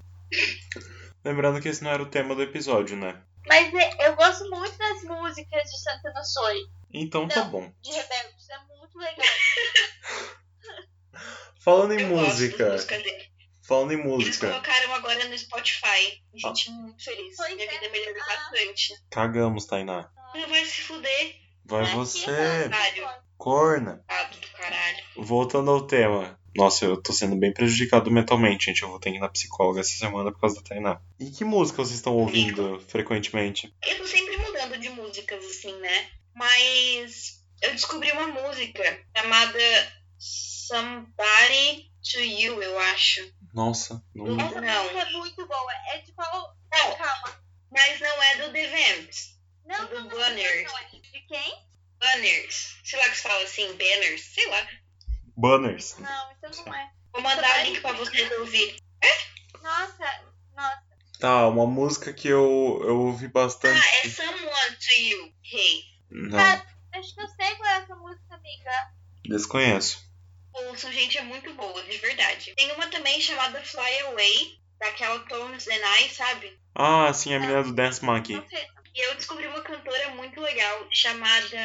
S1: Lembrando que esse não era o tema do episódio, né?
S2: Mas é- eu gosto muito das músicas de Santa No Sonho,
S1: Então tá bom.
S2: de Rebeldes. É muito legal.
S1: Falando em
S3: Eu
S1: música.
S3: gosto das músicas dele.
S1: Falando em
S3: Eles
S1: música. Ah.
S3: colocaram agora no Spotify. Gente, muito feliz.
S2: Pois
S3: Minha
S2: é.
S3: vida melhorou
S2: Ah.
S3: bastante.
S1: Cagamos, Tainá.
S3: Não vai se fuder,
S1: Vai
S2: Aqui,
S1: você,
S3: Mário.
S1: corna.
S3: viado do caralho.
S1: Voltando ao tema. Nossa, eu tô sendo bem prejudicado mentalmente, gente. Eu vou ter que ir na psicóloga essa semana por causa da Tainá. E que música vocês estão ouvindo frequentemente?
S3: Eu tô sempre mudando de músicas, assim, né? Mas eu descobri uma música chamada Somebody to You, eu acho.
S1: Nossa, não.
S2: Essa
S3: Não.
S2: música é muito boa. É de qual.
S3: Não.
S2: Calma.
S3: Mas não é do The Vamps.
S2: Não,
S3: Do
S2: não, não,
S3: Gunner.
S2: não é. De quem?
S3: Banners. Sei lá que se fala assim, banners. Sei lá.
S1: Banners.
S2: Não, então não é.
S3: Vou mandar o link pra vocês ouvirem.
S2: Nossa, nossa.
S1: Tá, uma música que eu, eu ouvi bastante.
S3: Ah, é Someone to You. Hey.
S1: Não,
S2: Acho que eu sei qual é essa música, amiga.
S1: desconheço.
S3: Ouçam, gente, é muito boa, de verdade. Tem uma também chamada Fly Away, daquela Tones and I, sabe?
S1: Ah, sim, a menina do Dance Monkey.
S2: Não sei.
S3: E eu descobri uma cantora muito legal chamada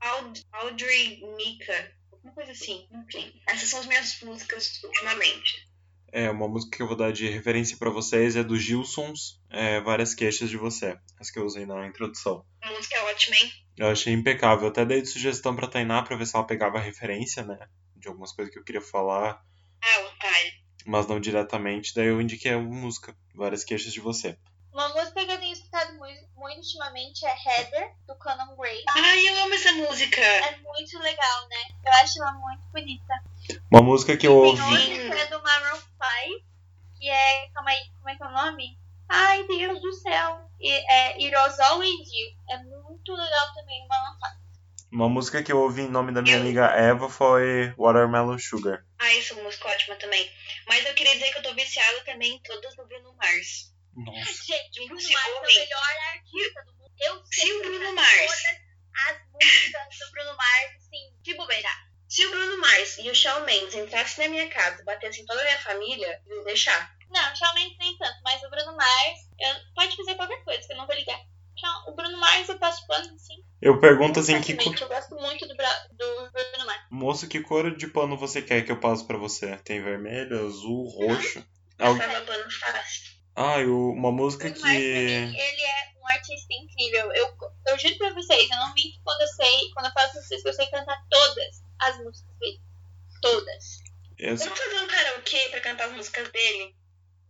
S3: Aud- Audrey Mika. Alguma coisa assim, enfim. Essas são as minhas músicas ultimamente.
S1: É, uma música que eu vou dar de referência pra vocês é do Gilsons. É, várias queixas de você. As que eu usei na introdução.
S3: A música é ótima, hein?
S1: Eu achei impecável. Eu até dei de sugestão pra Tainá pra ver se ela pegava referência, né? De algumas coisas que eu queria falar,
S3: Ah, otário.
S1: mas não diretamente. Daí eu indiquei a música, várias queixas de você.
S2: Uma música que eu tenho escutado muito, muito ultimamente é Heather, do Conan Gray.
S3: Ai, eu amo essa música.
S2: É muito legal, né? Eu acho ela muito bonita.
S1: Uma música que eu
S2: Tem
S1: ouvi.
S2: outra que é do Maroon 5, que é. Calma aí, como é que é o nome? Ai, Deus do céu! E, é It Was Always You. É muito legal também o Maroon 5.
S1: Uma música que eu ouvi em nome da minha amiga Eva foi Watermelon Sugar.
S3: Ai, essa música é ótima também. Mas eu queria dizer que eu tô viciada também em todas do Bruno Mars.
S1: Nossa.
S2: Gente, o Bruno
S3: Esse
S2: Mars é o
S3: homem.
S2: melhor artista do mundo. Eu sei
S3: Se o Bruno
S2: todas
S3: Mars.
S2: as músicas do Bruno Mars, assim, de bobeira.
S3: Se o Bruno Mars e o Shawn Mendes entrassem na minha casa, batessem toda a minha família, eu ia deixar.
S2: Não, realmente nem tanto, mas o Bruno Mars, eu- pode fazer qualquer coisa, que eu não vou ligar. Então, o Bruno Mars eu passo pano, sim.
S1: Eu pergunto assim, que co-
S2: facilmente, Eu gosto muito do, Bra- do Bruno Mars.
S1: moço, que cor de pano você quer que eu passe pra você? Tem vermelho, azul, roxo? Algu-
S3: Passava pano fácil.
S1: Ah, eu... uma
S2: O
S1: música
S2: Bruno Mars, pra
S1: que.
S2: mim, ele é um artista incrível. Eu, eu juro pra vocês, eu não minto quando eu sei, quando eu falo pra vocês que eu sei cantar todas as músicas dele. Todas.
S1: Eu
S3: Vamos fazer um karaokê pra cantar as músicas dele?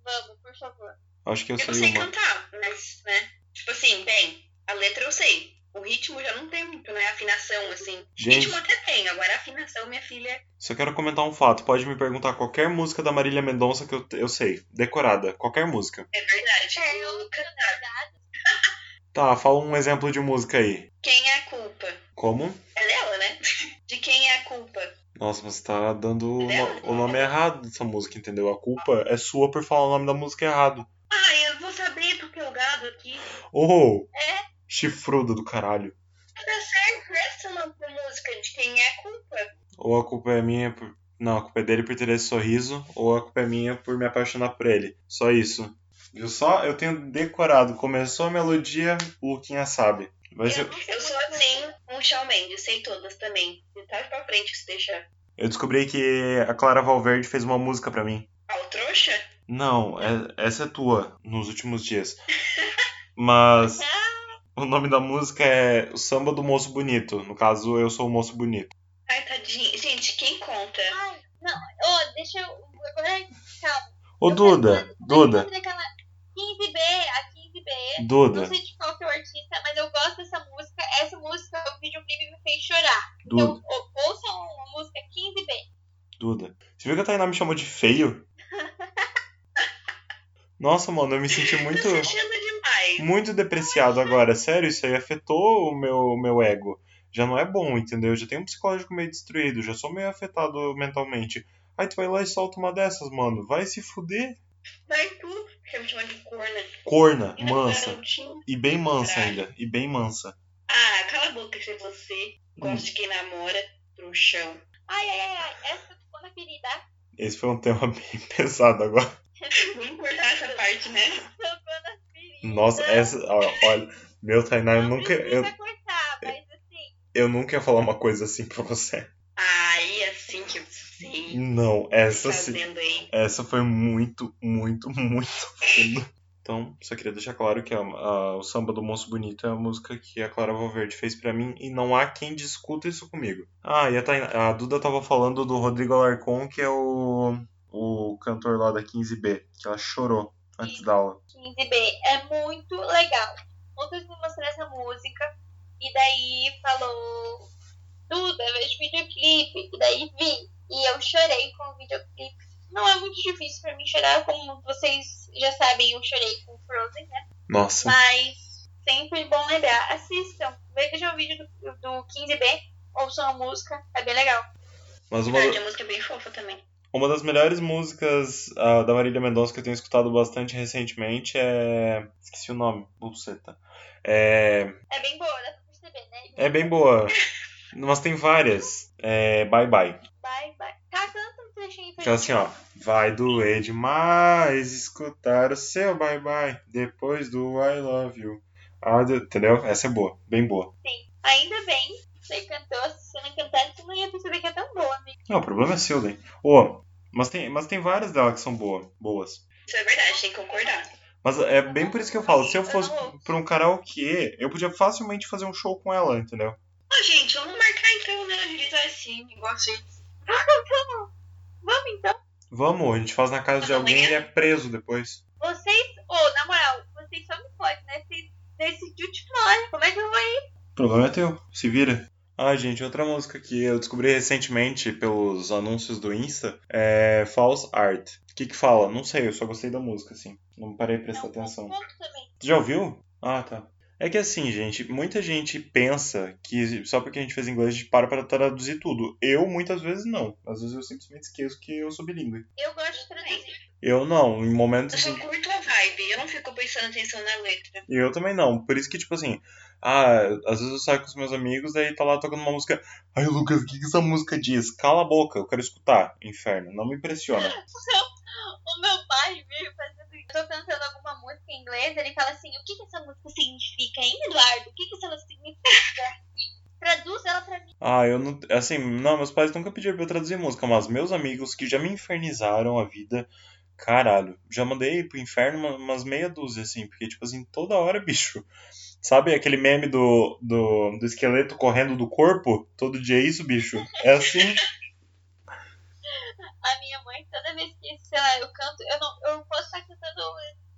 S2: Vamos, por favor.
S1: acho que eu
S3: Eu
S1: sei
S3: sei
S1: uma.
S3: cantar, mas, né? Tipo assim, bem, a letra eu sei. O ritmo já não tem muito, né? Afinação, assim.
S1: Gente.
S3: Ritmo até tem, agora afinação, minha filha.
S1: Só quero comentar um fato. Pode me perguntar qualquer música da Marília Mendonça que eu, eu sei. Decorada. Qualquer música.
S3: É verdade.
S2: É,
S3: Eu
S2: eu-
S3: nunca-
S1: Tá, fala um exemplo de música aí.
S3: Quem é a culpa?
S1: Como?
S3: É dela, né? De quem é a culpa?
S1: Nossa, você tá dando o, no- o nome errado dessa música, entendeu? A culpa é sua por falar o nome da música errado.
S3: Ah, eu vou saber porque o gado aqui.
S1: Oh!
S2: É.
S1: Chifruda do caralho.
S3: Tá certo, essa é uma música de quem é a culpa.
S1: Ou a culpa é minha por. Não, a culpa é dele por ter esse sorriso, ou a culpa é minha por me apaixonar por ele. Só isso. Viu só? Eu tenho decorado. Começou a melodia, o Luquinha sabe. Vai ser...
S3: Eu sou assim com o Shawn Mendes, sei todas também. De trás pra frente, se deixa.
S1: Eu descobri que a Clara Valverde fez uma música pra mim.
S3: Ah, o trouxa?
S1: Não, é- essa é tua, nos últimos dias. Mas o nome da música é O Samba do Moço Bonito. No caso, eu sou o Moço Bonito.
S3: Ai, tadinho. Gente, quem conta?
S2: Ai, não. Ô, deixa eu. Agora, calma.
S1: Ô
S2: Eu
S1: Duda,
S2: quero- eu quero
S1: Duda,
S2: fazer aquela 15B, a 15B. Não
S1: Duda,
S2: sei de qual que é o artista, mas eu gosto dessa música. Essa música, o videoclipe me fez chorar.
S1: Duda,
S2: Então, ou- ouçam a música 15B.
S1: Duda. Você viu que a Tainá me chamou de feio? Nossa, mano, eu me senti muito,
S3: Tá se achando demais.
S1: muito depreciado agora. Sério, isso aí afetou o meu, o meu ego. Já não é bom, entendeu? Eu já tenho um psicológico meio destruído, já sou meio afetado mentalmente. Aí tu vai lá e solta uma dessas, mano. Vai se fuder.
S3: Vai tu. Você me chama de né? corna.
S1: corna,
S3: Eu não
S1: mansa.
S3: garotinho.
S1: E bem mansa ainda. E bem mansa.
S3: Ah, cala a boca se é você. Gosto de quem namora. Trouxão.
S2: Ai, ai, ai, ai. Essa ficou na ferida.
S1: Esse foi um tema bem pesado agora.
S3: Vamos cortar essa parte, né?
S2: Ficou na ferida.
S1: Nossa, essa. ó, Olha, meu Tainá, eu
S2: Não
S1: nunca, eu,
S2: precisa cortar, mas assim.
S1: eu nunca ia falar uma coisa assim pra você.
S3: Ai, assim que eu sei.
S1: Não, essa
S2: Tá
S1: sim.
S3: Fazendo aí.
S1: Essa foi muito, muito, muito fundo. Então, só queria deixar claro que a- a- o Samba do Moço Bonito é a música que a Clara Valverde fez pra mim e não há quem discuta isso comigo. Ah, e a, Tainá- a Duda tava falando do Rodrigo Alarcon, que é o, o cantor lá da 15B, que ela chorou antes da aula.
S2: 15B. É muito legal. Ontem me mostrou essa música e daí falou Duda, vejo videoclipe. E daí vi. E eu chorei com o videoclipe. Não é muito difícil pra mim chorar, como vocês já sabem, eu chorei com Frozen, né?
S1: Nossa,
S2: Mas sempre bom lembrar. Assistam. Vejam o vídeo do, do 15B, ouçam a música, é bem legal.
S1: mas uma,
S3: Verdade, a música é bem fofa também.
S1: uma das melhores músicas ah, da Marília Mendonça que eu tenho escutado bastante recentemente é. Esqueci o nome, buceta. É.
S2: É bem boa, dá pra perceber, né?
S1: É bem boa. Mas tem várias. É, bye bye.
S2: Vai, vai. Tá, canta um trechinho pra
S1: Aquela assim, ó. Vai doer demais escutar o seu bye bye depois do I love you. Ah, de- entendeu? Essa é boa, bem boa.
S2: Sim. Ainda bem que você cantou. Se você não cantasse, você não ia perceber que é tão boa, né?
S1: Não, o problema é seu, né? Ô, mas tem, mas tem várias dela que são boa, boas.
S3: Isso é verdade, tem que concordar.
S1: Mas é bem por isso que eu falo, se eu fosse pra um karaokê, eu podia facilmente fazer um show com ela, entendeu?
S3: Ó, gente, vamos marcar então, né? Agilizar esse negócio aí.
S2: Vamos então.
S1: Vamos, a gente faz na casa de alguém e ele é preso depois.
S2: Vocês, ô, na moral, vocês só me podem, né? Vocês decidiu de nós. Como é que eu vou ir?
S1: O problema é teu, se vira. Ah, gente, outra música que eu descobri recentemente pelos anúncios do Insta é False Art. O que que fala? Não sei, eu só gostei da música, assim. Não parei pra prestar
S2: Não,
S1: atenção.
S2: pouco também.
S1: Tu já ouviu? Ah, tá. É que assim, gente, muita gente pensa que só porque a gente fez inglês a gente para pra traduzir tudo. Eu, muitas vezes, não. Às vezes eu simplesmente esqueço que eu sou bilíngue.
S2: Eu gosto de traduzir.
S1: Eu não, em momentos
S3: Eu só curto a vibe, eu não fico prestando atenção na letra.
S1: E eu também não. Por isso que, tipo assim, ah, às vezes eu saio com os meus amigos, aí tá lá tocando uma música. Ai, Lucas, o que, que essa música diz? Cala a boca, eu quero escutar. Inferno, não me impressiona.
S2: O meu pai veio fazendo isso. Eu tô cantando alguma música em inglês, ele fala assim, o que, que essa música significa, hein, Eduardo? O que, que ela significa? E Traduz ela pra mim.
S1: Ah, eu não. Assim, não, meus pais nunca pediram pra eu traduzir música, mas meus amigos que já me infernizaram a vida, caralho. Já mandei pro inferno uma- umas meia dúzia, assim, porque, tipo assim, toda hora, bicho. Sabe aquele meme do, do, do esqueleto correndo do corpo? Todo dia é isso, bicho? É assim.
S2: A minha mãe, toda vez que, sei lá, eu canto, eu não eu posso estar cantando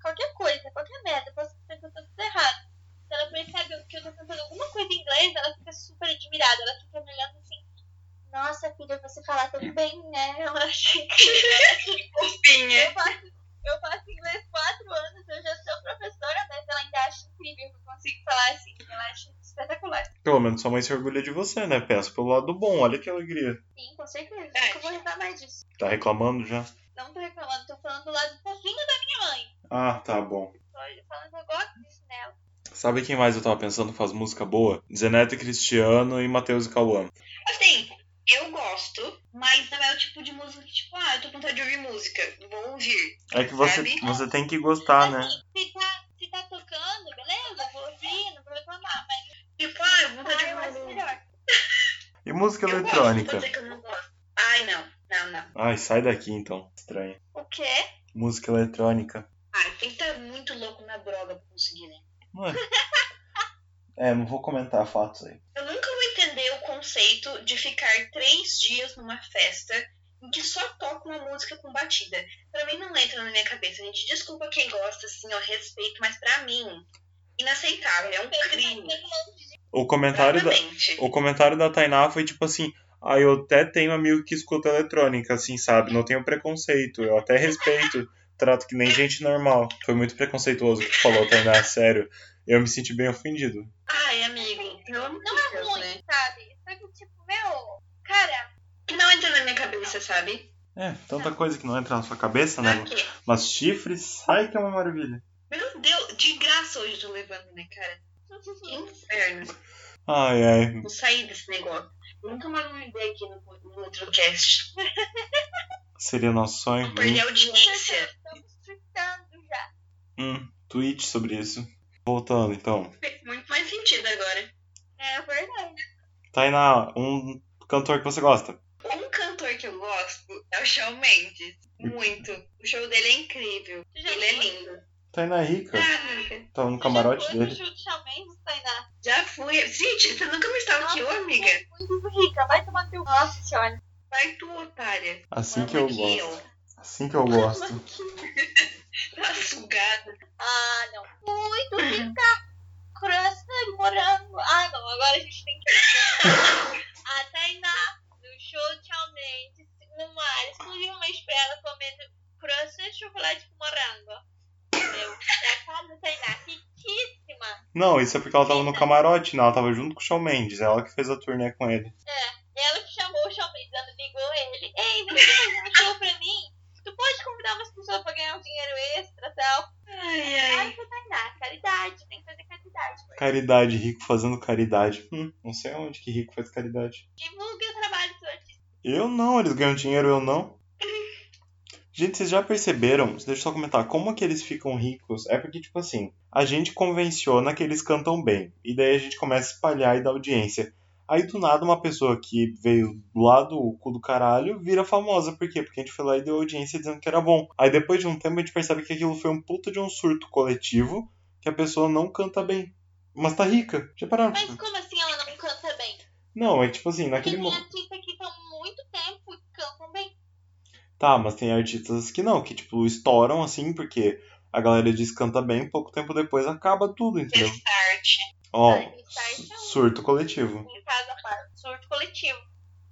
S2: qualquer coisa, qualquer merda, eu posso estar cantando tudo errado. Se ela percebe que eu tô cantando alguma coisa em inglês, ela fica super admirada, ela fica me olhando assim, nossa filha, você fala tão bem, né? Eu achei que
S3: Fofinha.
S2: eu faço, eu faço inglês quatro anos, eu já sou professora, mas ela ainda acha incrível que eu consigo falar assim, ela acha espetacular.
S1: Pelo menos sua mãe se orgulha de você, né? Pensa pelo lado bom, olha que alegria.
S2: Sim, com certeza.
S3: É.
S1: Tá reclamando já?
S2: Não tô reclamando, tô falando do lado fofinho da minha mãe.
S1: Ah, tá bom.
S2: Tô falando que eu gosto disso nela.
S1: Sabe quem mais eu tava pensando que faz música boa? Zeneto e Cristiano e Matheus e Cauã.
S3: Assim, eu gosto, mas não é o tipo de música que, tipo, ah, eu tô com vontade de ouvir música, vou ouvir.
S1: É que você,
S3: Sabe?
S1: você tem que gostar, né?
S2: Se tá, se tá tocando, beleza, vou ouvir, não vou reclamar, mas
S3: Tipo, ah, eu vou vontade
S2: ah,
S3: de
S2: eu
S3: ouvir
S2: acho
S3: música.
S2: melhor.
S1: E música
S3: Eu gosto, não vou
S1: eletrônica?
S3: dizer que eu não gosto. Ai, não, não, não.
S1: Ai, sai daqui então. Estranho.
S2: O quê?
S1: Música eletrônica.
S3: Ai, tem que estar muito louco na droga pra conseguir, né?
S1: Ué. É, não vou comentar fatos aí.
S3: Eu nunca vou entender o conceito de ficar três dias numa festa em que só toca uma música com batida. Pra mim não entra na minha cabeça, gente. Desculpa quem gosta, assim, ó, respeito, mas pra mim, inaceitável, é um crime.
S2: Tem um monte de
S1: O comentário da,
S3: Exatamente.
S1: o comentário da Tainá foi tipo assim. Ah, eu até tenho amigo que escuta eletrônica, assim, sabe? Não tenho preconceito. Eu até respeito. Trato que nem gente normal. Foi muito preconceituoso o que tu falou, Tainá. Sério. Eu me senti bem ofendido.
S3: Ai, amigo, pelo amor
S2: Não
S3: de
S2: é
S3: Deus, né?
S2: ruim, sabe? Só que, tipo, meu, cara,
S3: E Não entra na minha cabeça, sabe?
S1: É, tanta coisa que não entra na sua cabeça,
S3: Pra
S1: né?
S3: quê?
S1: Mas chifre sai que é uma maravilha.
S3: Meu Deus, de graça hoje eu tô levando, né, cara? Que inferno.
S1: Ai, ai.
S3: Vou sair desse negócio. Nunca mais me ver aqui no, no outro cast.
S1: Seria nosso sonho. né?
S3: Perder a audiência.
S2: estamos surtando já.
S1: Um tweet sobre isso. Voltando, então.
S3: Fez muito mais sentido agora.
S2: É verdade.
S1: Tainá, um cantor que você gosta.
S3: Um cantor que eu gosto é o Shawn Mendes. Muito. O show dele é incrível.
S2: Tu já
S3: Ele é
S2: foi?
S3: lindo.
S1: Tainá é rica.
S3: Ah, amiga.
S1: Tá no
S2: Tu
S1: camarote
S2: já foi no
S1: dele.
S2: show do Shawn Mendes, Tainá?
S3: Já fui. Gente, você nunca me stalkeou,
S2: Nossa,
S3: amiga?
S2: tu é Muito rica, vai tomar teu. Nossa senhora.
S3: Vai tu, otária.
S1: Assim
S3: Mama
S1: que eu
S3: que
S1: gosto. Assim que eu gosto.
S3: Tá sugada.
S2: Ah, não. Muito rica. Croissant de morango. Ah, não, agora a gente tem que. Ah, a Tainá, no show de Shawn Mendes, numa área exclusivamente pra ela comendo croissant de chocolate com morango. Meu, da casa da Tainá, riquíssima.
S1: Não, isso é porque ela tava no camarote, né? Ela tava junto com o Shawn Mendes. é Ela que fez a turnê com ele.
S2: Ela que chamou o Shawn Mendes, ela ligou ele. Ei, você quer fazer um show pra mim? Tu pode convidar umas pessoas pra ganhar um dinheiro extra e tal?
S3: Ai,
S2: Ai,
S3: ai.
S2: você vai dar caridade, tem que fazer caridade.
S1: Caridade, rico fazendo caridade. Hum, não sei onde que rico faz caridade.
S2: Divulga o trabalho do artista.
S1: Eu não, eles ganham dinheiro, eu não. Gente, vocês já perceberam? Deixa eu só comentar. Como é que eles ficam ricos? É porque, tipo assim, a gente convenciona que eles cantam bem. E daí a gente começa a espalhar e dar audiência. Aí do nada uma pessoa que veio lá do cu do caralho vira famosa. Por quê? Porque a gente foi lá e deu audiência dizendo que era bom. Aí depois de um tempo a gente percebe que aquilo foi um puta de um surto coletivo que a pessoa não canta bem. Mas tá rica. Já pararam?
S2: Mas como assim ela não canta bem?
S1: Não, é tipo assim,
S2: Porque
S1: naquele
S2: tem
S1: momento.
S2: artistas que estão muito tempo e cantam bem.
S1: Tá, mas tem artistas que não, que tipo, estouram assim, porque a galera diz que canta bem, pouco tempo depois acaba tudo, entendeu?
S3: Start.
S1: Ó,
S2: Ah, start
S1: su-
S2: é um-
S1: surto coletivo.
S2: Em casa, para surto coletivo.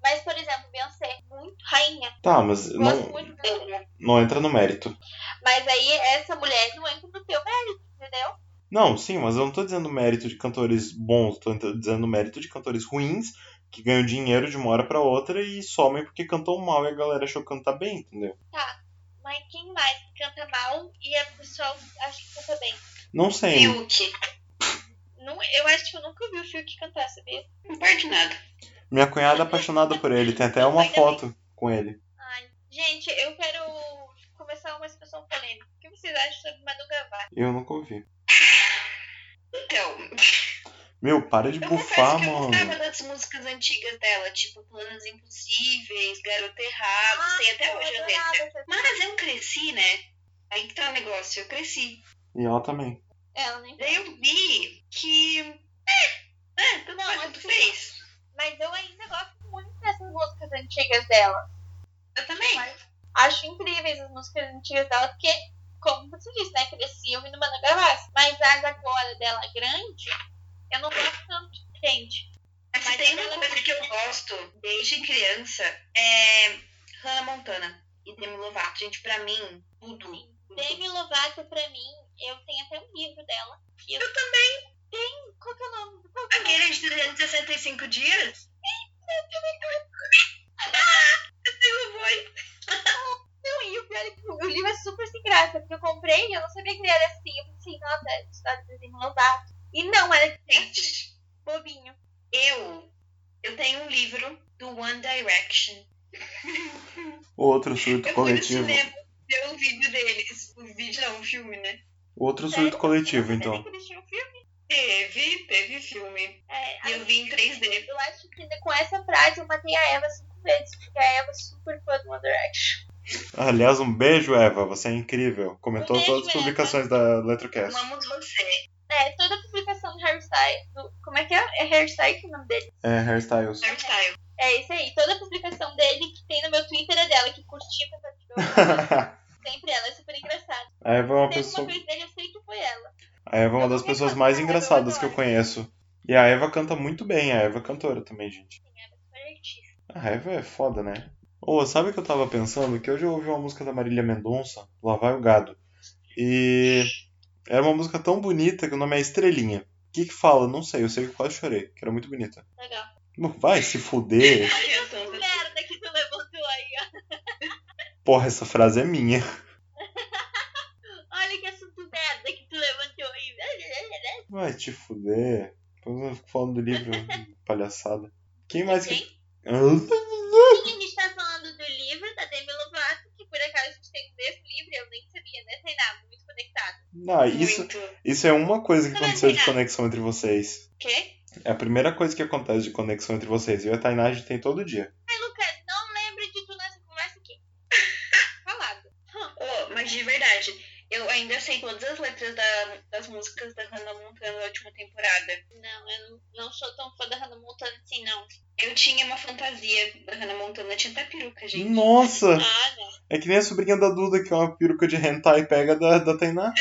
S2: Mas, por exemplo, Beyoncé, muito rainha.
S1: Tá, mas
S2: Gosto
S1: não,
S2: muito dela.
S1: não entra no mérito.
S2: Mas aí essa mulher não entra no teu mérito, entendeu?
S1: Não, sim, mas eu não tô dizendo mérito de cantores bons, tô ent- dizendo mérito de cantores ruins, que ganham dinheiro de uma hora pra outra e somem porque cantam mal e a galera achou que canta bem, entendeu?
S2: Mas quem mais que canta mal e a pessoa acha que canta bem?
S1: Não sei.
S3: Fiuk.
S2: Nu- Eu acho que eu nunca vi o Fiuk cantar, sabia?
S3: Não perde nada.
S1: Minha cunhada é apaixonada por ele, tem até uma
S2: Ainda
S1: foto com ele.
S2: Ai, gente, eu quero começar uma situação polêmica. O que vocês acham sobre Manu Gavassi?
S1: Eu nunca ouvi.
S3: Então,
S1: Meu, para de
S3: eu confesso
S1: bufar,
S3: que eu
S1: mano.
S3: gostava das músicas antigas dela, tipo Planos Impossíveis, Garoto Errado, sei até
S2: Ah, eu
S3: hoje Ah, eu
S2: adorava
S3: vejo.
S2: essa-
S3: Mas eu cresci, né? Aí que tá o negócio, eu cresci.
S1: E ela também.
S2: Ela, né?
S3: Daí eu vi que. É, é, tudo
S2: Não,
S3: faz,
S2: mas
S3: tudo
S2: sim.
S3: fez.
S2: Mas eu ainda gosto muito dessas músicas antigas dela.
S3: Eu também.
S2: Mas- Acho incríveis as músicas antigas dela, porque, como você disse, né? Cresci ouvindo Manu Gavassi. Mas as agora dela grande, eu não gosto tanto, gente.
S3: Mas,
S2: Mas
S3: tem
S2: ela
S3: uma
S2: não-
S3: coisa É que eu gosto desde criança, é Hannah Montana e Demi Lovato. Gente, pra mim, tudo.
S2: Sim.
S3: tudo.
S2: Demi Lovato, pra mim, eu tenho até um livro dela. E eu...
S3: também.
S2: Tem? Qual que é o nome? Qual que é o nome?
S3: Aquele de 365 dias? Meu Deus! Eu Ah, tenho voz.
S2: é comprei, eu não sabia que ele era assim. Eu pensei, nossa, é só desenho Lovato. E não, era
S3: Gente,
S2: bobinho.
S3: eu, eu tenho um livro do One Direction.
S1: O outro surto
S3: Eu fui no
S1: coletivo.
S3: cinema ver um vídeo deles. Um vídeo não, um filme, né?
S1: O outro
S2: Sério?
S1: surto coletivo,
S2: Você
S1: então.
S2: nem que eles tinham filme?
S3: Teve, teve filme.
S2: É,
S3: E eu vi em 3D.
S2: Eu acho que com essa frase eu matei a Eva cinco vezes, porque a Eva é super fã do One Direction.
S1: Aliás, um beijo, Eva. Você é incrível.
S2: Um
S1: Comentou
S2: beijo,
S1: todas as
S2: Eva.
S1: publicações da Eletrocast.
S3: Amamos você.
S2: É, toda a publicação do Harry Styles, do- como é que é? É Harry Styles que é o nome dele?
S1: É, hairstyles.
S3: Lifestyle.
S2: É isso aí, toda a publicação dele que tem no meu Twitter é dela, que curtia, compartilhou. sempre ela, é super engraçada.
S1: a Eva é uma
S2: Tem alguma
S1: pessoa.
S2: coisa dele, eu sei que foi ela.
S1: A Eva é uma das
S2: Eu vou
S1: pessoas
S2: cantar,
S1: mais
S2: eu vou
S1: engraçadas que eu
S2: agora.
S1: conheço. E a Eva canta muito bem, a Eva é cantora também, gente.
S2: Sim, ela é super artista.
S1: A Eva é foda, né? Ô, sabe o que eu tava pensando? Que hoje eu ouvi uma música da Marília Mendonça, Lá Vai o Gado. E era uma música tão bonita que o nome é Estrelinha. O que que fala? Não sei, eu sei que eu quase chorei, que era muito bonita.
S2: Legal.
S1: Não vai se fuder.
S2: Que merda que tu levantou aí, ó.
S1: Porra, essa frase é minha.
S2: Olha que assunto merda que tu levantou aí.
S1: Vai te fuder. Depois eu fico falando do livro, palhaçada. Quem mais que.
S2: Sim, a gente tá falando do livro da Demi Lovato, que por acaso a gente tem o mesmo livro, eu nem sabia, né? Sei lá, muito conectado.
S3: Hum.
S1: Não, isso,
S3: Muito.
S1: isso é uma coisa que
S3: Não,
S1: aconteceu de
S3: não.
S1: conexão entre vocês.
S3: Quê?
S1: É a primeira coisa que acontece de conexão entre vocês. Eu e a Tainá a gente tem todo dia.
S2: Ai, Lucas, não lembro de tu nessa conversa aqui. Falado.
S3: Ô, mas de verdade, eu ainda sei todas as letras da- das músicas da Hannah Montana da última temporada.
S2: Não, eu não, não sou tão fã da Hannah Montana assim, não.
S3: Eu tinha uma fantasia da Hannah Montana, tinha até peruca, gente.
S1: Nossa!
S2: Ah, não.
S1: É que nem a sobrinha da Duda, que é uma peruca de hentai pega da, da Tainá.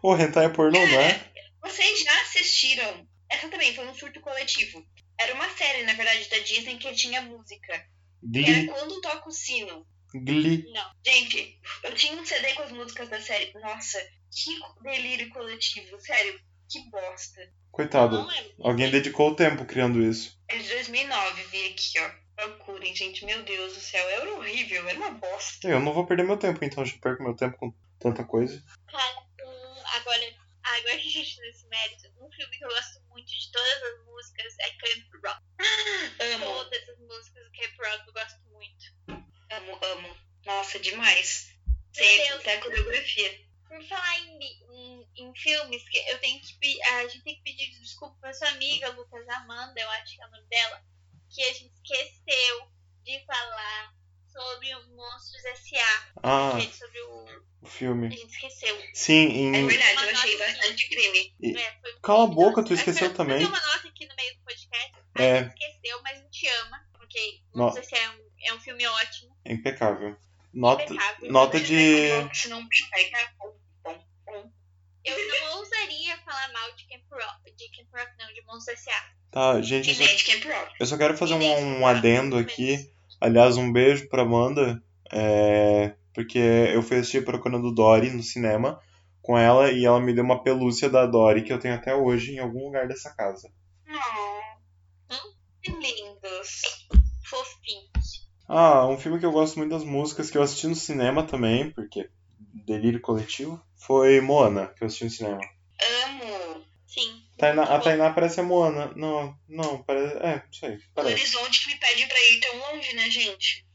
S1: Ô, hentai é pornô, não é?
S3: Vocês já assistiram? Essa também foi um surto coletivo. Era uma série, na verdade, da Disney que tinha música. Que era
S1: Glee,
S3: quando toca o sino.
S1: Glee.
S2: Não.
S3: Gente, eu tinha um CD com as músicas da série. Nossa, que delírio coletivo. Sério, que bosta.
S1: Coitado.
S2: Não lembro.
S1: Alguém dedicou o tempo criando isso.
S3: É de 2009, vi aqui, ó. Procurem, gente. Meu Deus do céu, era horrível, era uma bosta.
S1: Eu não vou perder meu tempo, então. Já perco meu tempo com tanta coisa.
S2: Cara, um, agora, agora a gente tá nesse mérito. Um filme que eu gosto muito de todas as músicas é Camp Rock. Tá
S3: Amo,
S2: Todas as músicas do Camp Rock eu gosto muito.
S3: amo, amo. Nossa, demais.
S2: Meu
S3: Sei
S2: Deus.
S3: até a coreografia.
S2: Por falar em, bi- em- em filmes, que eu tenho que pe- a gente tem que pedir desculpa pra sua amiga, Lucas Amanda, eu acho que é o nome dela, que a gente esqueceu de falar sobre o Monstros S.A.,
S1: Ah,
S2: que é sobre o...
S1: o filme.
S2: A gente esqueceu.
S1: Sim,
S3: É
S1: em.
S3: verdade, eu achei bastante crime.
S2: É, foi um
S1: Cala a
S2: crime,
S1: boca,
S2: nossa.
S1: tu esqueceu
S2: Eu
S1: também.
S2: Tem uma nota aqui no meio do podcast, a
S1: É.
S2: gente esqueceu, mas a gente ama, ok?
S1: No-
S2: Monstros S.A. É, um, é um filme ótimo,
S1: é Impecável. Nota,
S2: impecável.
S1: nota de.
S3: Se não pega,
S2: Eu não ousaria falar mal de Camp Rock, de Camp Rock não, de Monstros S.A.
S1: Tá, gente,
S3: e
S1: eu só,
S3: gente, que é pior.
S1: eu só quero fazer
S2: E nem-
S1: um, um adendo aqui. Aliás, um beijo pra Amanda. é, porque eu fui assistir Procurando Dory no cinema com ela e ela me deu uma pelúcia da Dory que eu tenho até hoje em algum lugar dessa casa.
S3: Não. Hum, Que lindos.
S2: Fofinho.
S1: Ah, um filme que eu gosto muito das músicas que eu assisti no cinema também, porque delírio coletivo, foi Moana, que eu assisti no cinema.
S3: Amo.
S2: Sim.
S1: Tainá,
S2: muito
S1: a
S2: bom.
S1: Tainá parece a Moana. Não, não, parece. É, não sei,
S3: O
S1: parece.
S3: horizonte que me pede pra ir tão longe, né, gente?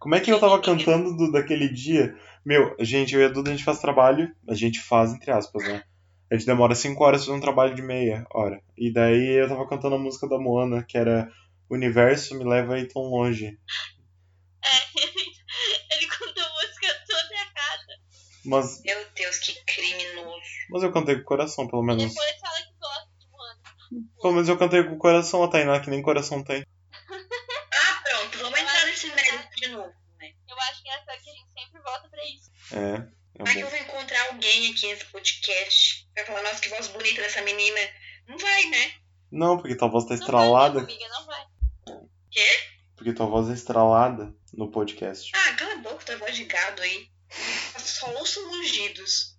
S1: Como é que eu tava cantando do, daquele dia? Meu, gente, eu e a Duda, a gente faz trabalho. A gente faz, entre aspas, né? A gente demora 5 horas fazendo um trabalho de meia hora. E daí eu tava cantando a música da Moana, que era O Universo me leva aí tão longe.
S2: Ele contou a música toda errada.
S1: Mas,
S3: Meu Deus, que criminoso.
S1: mas eu cantei com o coração, pelo menos.
S2: Depois fala que gosta de Moana.
S1: Pelo menos eu cantei com o coração, a Tainá, que nem coração tem.
S3: Ah, pronto, vamos entrar nesse mérito de novo.
S1: Tá
S3: né?
S2: Eu acho que é só que a gente sempre volta pra isso.
S1: É, é
S3: Vai que
S1: bom.
S3: eu vou encontrar alguém aqui nesse podcast. Vai falar, nossa, que voz bonita dessa menina. Não vai, né?
S1: Não, porque tua voz tá
S2: Não vai,
S1: estralada.
S2: amiga, não vai.
S3: Quê?
S1: Porque tua voz é estralada no podcast.
S3: Ah, cala a boca, tua voz de gado aí. Eu Só ouço mugidos.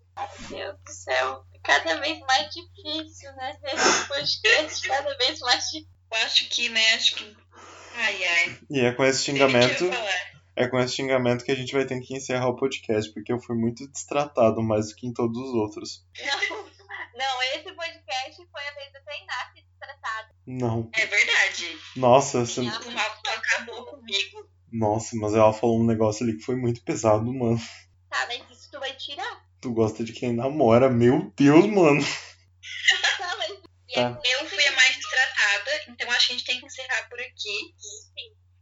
S2: Meu Deus do céu. Cada vez mais difícil, né? Esse podcast cada vez mais difícil.
S3: Eu acho que, né, acho que... Ai, ai.
S1: E é com esse
S3: Sei o que eu ia
S1: xingamento.
S3: falar.
S1: É com esse xingamento que a gente vai ter que encerrar o podcast, porque eu fui muito destratado mais do que em todos os outros.
S2: Não, não esse podcast foi a vez da Tainá se destratada.
S1: Não.
S3: É verdade.
S1: Nossa, você...
S3: O mapa acabou comigo.
S1: Nossa, mas ela falou um negócio ali que foi muito pesado, mano.
S2: Tá, mas isso tu vai tirar?
S1: Tu gosta de quem namora, meu Deus, mano.
S2: Tá, mas. E
S1: Tá.
S2: com
S3: Eu
S2: esse-
S3: fui a mais destratada, então acho que a gente tem que encerrar por aqui.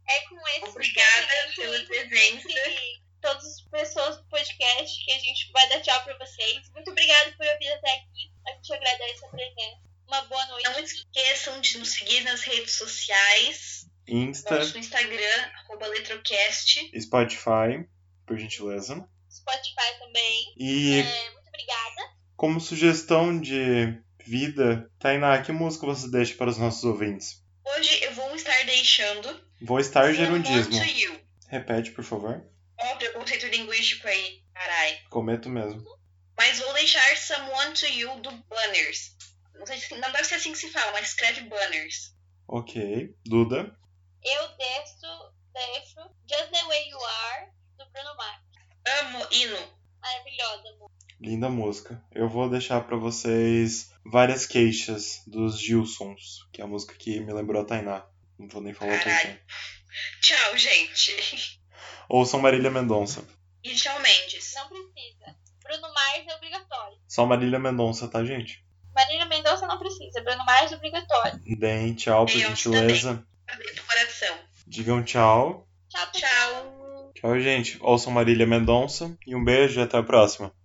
S2: É com esse.
S3: Obrigada
S2: podcast
S3: pela
S2: que-
S3: presença.
S2: que Todas as pessoas do podcast que a gente vai dar tchau pra vocês. Muito obrigada por ouvir até aqui. A gente agradece a presença. Uma boa noite.
S3: Não esqueçam de nos seguir nas redes sociais.
S1: Insta,
S3: Nosso Instagram, arroba Letrocast.
S1: Spotify, por gentileza.
S2: Spotify também.
S1: E
S2: É, muito obrigada.
S1: como sugestão de vida, Tainá, que música você deixa para os nossos ouvintes?
S3: Hoje eu vou estar deixando
S1: Vou estar
S3: Someone
S1: gerundismo.
S3: to You.
S1: Repete, por favor.
S3: Ó, o preconceito linguístico aí, carai.
S1: Cometo mesmo.
S3: Mas vou deixar Someone to You do Banners. Não, sei se, não deve ser assim que se fala, mas escreve Banners.
S1: Ok. Duda.
S2: Eu deixo, deixo Just the Way You Are, do Bruno Mars.
S3: Amo hino.
S2: Maravilhosa, amor.
S1: Linda música. Eu vou deixar para vocês várias queixas dos Gilsons, que é a música que me lembrou a Tainá. Não vou nem falar por
S3: Caralho.
S1: quê.
S3: Tchau, gente.
S1: Ouçam Marília Mendonça.
S3: E tchau, Mendes.
S2: Não precisa. Bruno Mars é obrigatório.
S1: Só Marília Mendonça, tá, gente?
S2: Marília Mendonça não precisa. Bruno Mars é obrigatório.
S1: Deem tchau, por
S3: Eu
S1: gentileza.
S3: Abre o coração.
S1: Digam tchau.
S2: Tchau, pessoal.
S3: Tchau.
S1: Tchau, gente. Ouçam Marília Mendonça. E um beijo e até a próxima.